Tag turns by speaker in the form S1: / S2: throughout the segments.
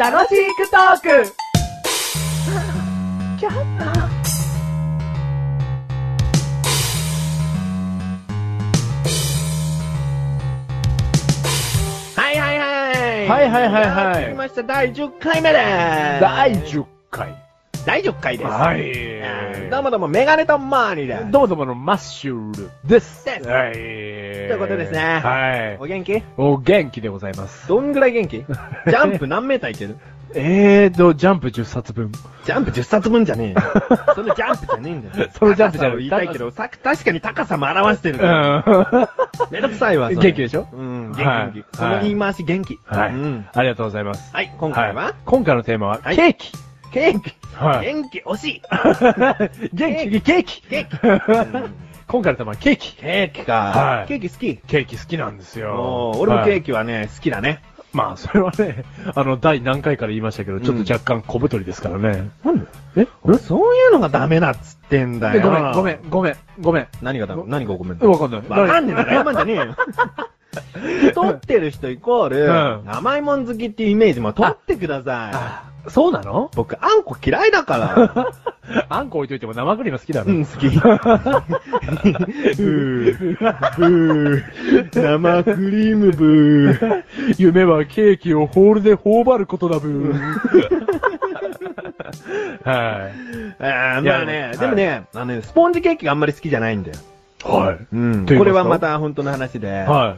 S1: 楽しくトーク
S2: はいはいはい。
S3: はいはいはいはい
S2: やってきました。第10回目でーす。
S3: 第10回。
S2: 第10回です。
S3: はい
S2: どうもどうも、メガネとマーニーです。
S3: どうもどうものマッシュルです。
S2: です
S3: はい。と
S2: いうことですね
S3: はい
S2: お。元気
S3: お元気でございます。
S2: どんぐらい元気ジャンプ何メーターいける
S3: えーと、ジャンプ10冊分。
S2: ジャンプ10冊分じゃねえよ。そのジャンプじゃねえんだよ。
S3: そのジャンプじゃ
S2: 高さ
S3: ない
S2: を言いたいけど、さ確かに高さも表してる
S3: う
S2: から。
S3: ん。
S2: めんどくさいわ。それ
S3: 元気でしょ
S2: うん、元
S3: はい
S2: 気元気。その言い回し元気。
S3: はい、
S2: うん
S3: ありがとうございます。
S2: はい、今回
S3: はい
S2: は、
S3: 今回のテーマは、
S2: はい
S3: ケーキ。
S2: ケーキ。
S3: はい。
S2: 元気惜しい。
S3: 元気、ケーキ。
S2: ケーキ
S3: 今回のテーマはケーキ。
S2: ケーキ
S3: は
S2: か。
S3: い
S2: ケーキ好き
S3: ケーキ好きなんですよ
S2: お。ー俺もケー
S3: キ。
S2: キはね、好きだね。
S3: まあ、それはね、あの、第何回から言いましたけど、ちょっと若干小太りですからね。え
S2: そういうのがダメだっつってんだ
S3: で
S2: よ。
S3: ごめん、ごめ。ん、ごめん、ごめん。
S2: 何がダメ何がごめん
S3: わかんない。
S2: わかんねえんだから謝んじゃねえ よ。太ってる人イコール、
S3: うん
S2: 甘いもん好きっていうイメージも取ってくださ
S3: あそうなの
S2: い。僕、あんこ嫌いだから。
S3: あんこ置いといても生クリーム好き だ
S2: う
S3: ろ。
S2: ん、好 き。ブー。ブー。生クリームブ ー。
S3: 夢はケーキをホールで頬張ることだぶー。はい。
S2: あーまあね
S3: いや、
S2: でもね、あのね、スポンジケーキがあんまり好きじゃないんだよ。
S3: はい。
S2: うん。
S3: と言いますと
S2: これはまた本当の話で。
S3: は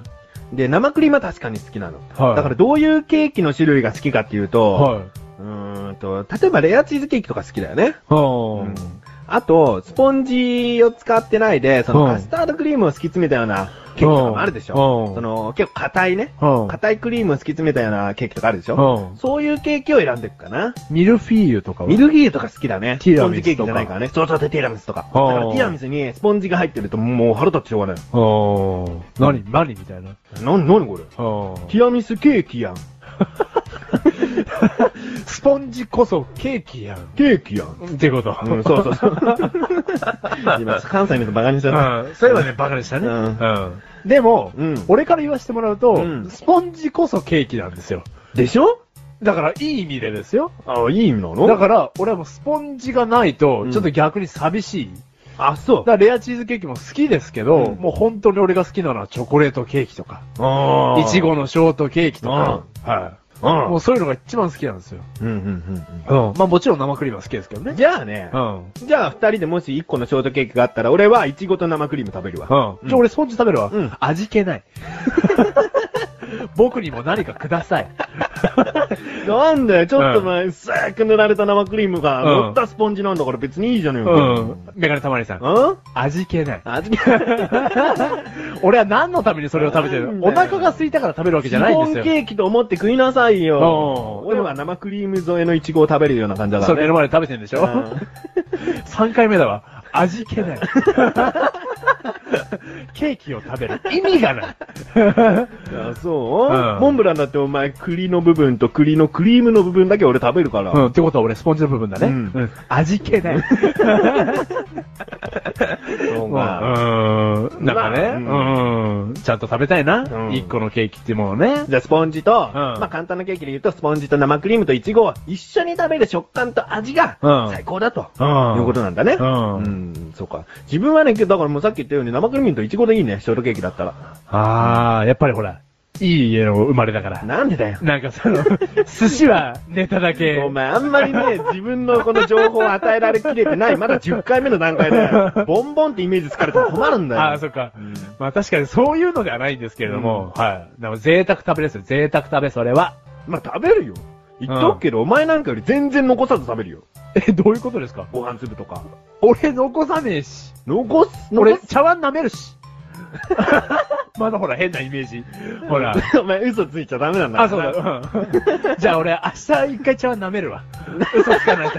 S2: で、生クリームは確かに好きなの。
S3: はい
S2: だからどういうケーキの種類が好きかっていうと、う
S3: い。は
S2: ーんと、例えばレアチーズケーキとか好きだよね。
S3: い。うん
S2: うんあと、スポンジを使ってないで、そうの
S3: ん
S2: カスタードクリームを敷き詰めたようなケーキとかもあるでし
S3: う
S2: ょ
S3: ん。
S2: その、結構硬いね。
S3: うん
S2: 硬いクリームを敷き詰めたようなケーキとかあるでしょ。
S3: うん。
S2: そういうケーキを選んでいくかな。
S3: ミルフィーユとかは
S2: ミルフィーユとか好きだね。
S3: ティ
S2: ス
S3: ラ
S2: ポン
S3: ミ
S2: ジ
S3: ス
S2: ケーキ
S3: とか
S2: じゃないからね。そうそうそう、ティラミスとか。だから
S3: うん
S2: ティラミスにスポンジが入ってるともう腹立ってしょうがない。
S3: うん。何何みたいな。
S2: な、なにこれ
S3: うん
S2: ティラミスケーキやん。
S3: スポンジこそケーキやん。
S2: ケーキやん。
S3: ってこと。
S2: うん、そうそう そう。今、関西の人バカにしちゃっ
S3: うんそういえばね、バカでしたね。
S2: うん
S3: うんでも
S2: うん、
S3: 俺から言わせてもらうと
S2: うん、
S3: スポンジこそケーキなんですよ。
S2: た。でしょ
S3: だから、いい意味でですよ。
S2: あ、いい意味なの
S3: だから、俺はもうスポンジがないと
S2: うん、
S3: ちょっと逆に寂しい。
S2: あ、そ
S3: だからレアチーズケーキも好きですけど、
S2: うん
S3: もう本当に俺が好きなのはチョコレートケーキとか、
S2: う。あ
S3: いち。ごのショートケーキとか、は
S2: う
S3: い。
S2: ん
S3: もうそういうのが一番好きなんですよ。
S2: うん、うん、うん
S3: うん。まあもちろん生クリームは好きですけど
S2: うん。
S3: ね。
S2: じゃあね
S3: う、ん。うん。
S2: じゃあ二人でもし一個のショートケーキがあったら、俺はいちごと生クリーム食べるわ。
S3: じゃあ俺スポンジ食べるわ。
S2: うん
S3: 味 気ない。僕にも何かください。
S2: なんだよ、ちょっと
S3: うん
S2: 前、薄く塗られた生クリームが
S3: うん
S2: 乗ったスポンジなんだから別にいいじゃねえ
S3: う
S2: よ。
S3: ん。メガネたまりさん。
S2: うん
S3: 味気ない。
S2: あ、じゃ
S3: 俺は何のためにそれを食べてる
S2: なんだ
S3: お
S2: よ
S3: 腹が空いたから食べるわけじゃない
S2: シ
S3: ん
S2: フ
S3: です
S2: ォン
S3: よ。
S2: ケーキと思って食いなさいよ。
S3: うん
S2: 俺は生クリーム添えのいちごを食べるような感じだか
S3: そ
S2: ら
S3: れ
S2: ね。
S3: 目の前で食べてんでしょ、?3 回目だわ。味気 ない。ケーキを食べる。意味がない。
S2: あそう、
S3: うん
S2: モンブランだってお前、栗の部分と栗のクリームの部分だけ俺食べるから。
S3: うん、ってことは俺スポンジの部分だね。
S2: うん
S3: うん味気 ない。
S2: そうか
S3: うん。なんかね、
S2: ま
S3: うん。ちゃんと食べたいな。
S2: うん
S3: 1個のケーキってものね。
S2: じゃあ、スポンジと、まあ、簡単なケーキで言うと、スポンジと生クリームとイチゴを一緒に食べる食感と味が
S3: うん
S2: 最高だと、
S3: うん
S2: いうことなんだね。
S3: うん
S2: んそうか。自分はね、だからもうさっき言ったように生クリームとイチゴでいいね、ショートケーキだったら。
S3: あー、やっぱりほら、いい家の生まれだから。
S2: なんでだよ。
S3: なんかそ の、寿司はネタだけ。
S2: お前、あんまり ね、自分のこの情報を与えられきれてない、まだ10回目の段階で、ボンボンってイメージつかれても困るんだよ。
S3: ああ、そっか
S2: うん。
S3: まあ確かにそういうのではないんですけれども、はい。でも贅沢食べですよ。贅沢食べ、それは。
S2: まあ、食べるよ。言っとくけど、お前なんかより全然残さず食べるよ。
S3: え、どういうことですか
S2: ご飯粒とか。
S3: 俺残さねえし。
S2: 残す残
S3: 俺
S2: す
S3: 茶碗舐めるし。 まだほら変なイメージ。ほら。
S2: お前嘘ついちゃダメなんだ
S3: あ、そうだ。うん じゃあ俺明日一回茶碗舐めるわ。嘘つかないと。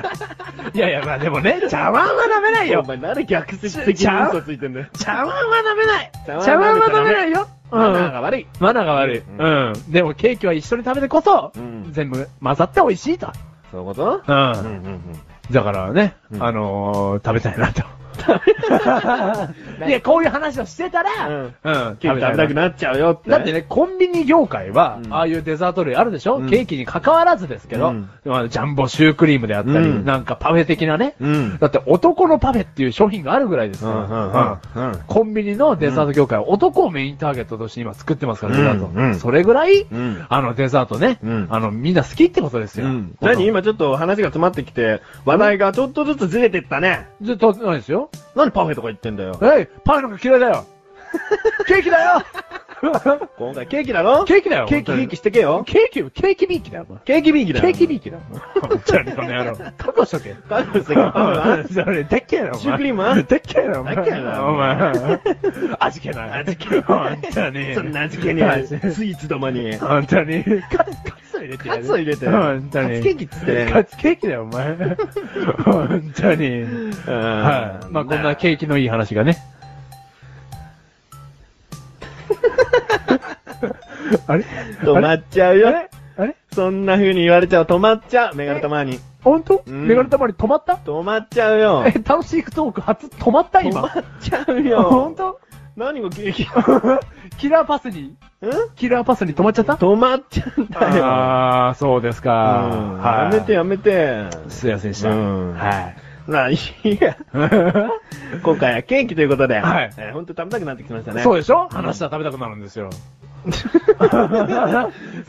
S3: いやいや、まあでもね、茶碗は舐めない
S2: いや、お
S3: よ。
S2: 前なんで逆説的に嘘ついてんだよ。
S3: 茶碗は舐めない。
S2: 茶
S3: 茶
S2: 碗は舐めちゃダメ
S3: 碗は舐めないよ。うん。
S2: マナーが悪い。
S3: マナーが悪い。うん。でもケーキは一緒に食べてこそ、
S2: うん
S3: 全部混ざって美味しいと。
S2: そういうこと
S3: うん。
S2: うんうんうん。
S3: だからね、
S2: うん
S3: あのー、食べたいなと。 いや、こういう話をしてたら、うん、
S2: ケーキ食べたくなっちゃうよって。
S3: だってね、コンビニ業界は
S2: う、ん
S3: ああいうデザート類あるでしょ、
S2: うん
S3: ケーキに関わらずですけど、
S2: うん
S3: まあジャンボシュークリームであったり、
S2: うん
S3: なんかパフェ的なね、
S2: うん
S3: だって男のパフェっていう商品があるぐらいですから、
S2: うんうんうんうん
S3: コンビニのデザート業界は男をメインターゲットとして今作ってますから、デザート。
S2: うんうん
S3: それぐらい、
S2: うん
S3: あのデザートね、
S2: うん
S3: あのみんな好きってことですよ。
S2: うん何今ちょっと話が詰まってきて、話題がちょっとずつずれてったね。
S3: ずっとないですよ。
S2: 何パフェとか言ってんだよ。
S3: えい、パフェなんか嫌い だよケーキだよ
S2: 今回ケーキだろ
S3: ケーキだよ
S2: ケーキ、ケーキしてけよ。
S3: ケーキ、ケーキビーキだよ、お前
S2: ケーキビーキだよ。
S3: ケーキビーキだよ。本当にこの野郎。覚悟しとけ。
S2: カルセがパフ ェな
S3: それ、でっけえな、お前。
S2: シュークリームは
S3: でっけえな、お前。
S2: でっけえな
S3: お前。味気ない。味気ない。本当に。
S2: そんな味気には、スイーツどもに。
S3: 本当に。カツ、カツを入れてやる。
S2: カツを入れて
S3: 本当に。
S2: カツケーキっつって
S3: カツケーキだよ、お前。本当に。はい。まあ、こんな
S2: ーキ。
S3: 景気のいい 話がね。あれ
S2: 止まっちゃう
S3: あ
S2: よ。
S3: れあれ
S2: そんな風に言われちゃう。止まっちゃう。メガネたまに。
S3: 本当
S2: うん
S3: メガネたまに止まった
S2: 止まっちゃう よ
S3: え、。楽しいトーク初止まった
S2: 止ま
S3: 今。
S2: っちゃうよ。
S3: 本当
S2: 何がケーキん
S3: キラーパスに、キラーパスに止まっちゃった
S2: 止まっちゃうんだよ。
S3: ああ、そうですか。
S2: うんやめてやめて。
S3: すいませんでした。
S2: うん
S3: はい。
S2: まあ、いいや。今回はケーキということで、
S3: はい
S2: えーほんと食べたくなってきましたね。
S3: そうでしょ話したら食べたくなるんですよ。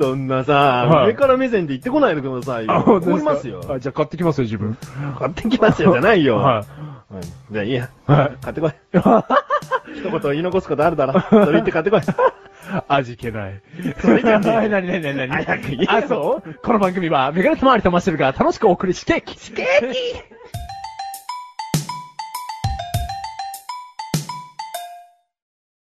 S2: そんなさ、
S3: はい
S2: 上から目線で言ってこないでくださいよ。怒りますよ。
S3: あじゃあ買ってきますよ、自分。
S2: 買ってきますよじゃないよ。
S3: は
S2: うんじゃあいいや。
S3: い。はい。
S2: 買ってこい。一言言い残すことあるだろ。それ言って買ってこい。
S3: 味気ない。
S2: それじゃねえよ
S3: 何何何何
S2: 早く言えよ
S3: あ、そうこの番組は、メガネとマりとマッシュルが楽しくお送りして、ケーキ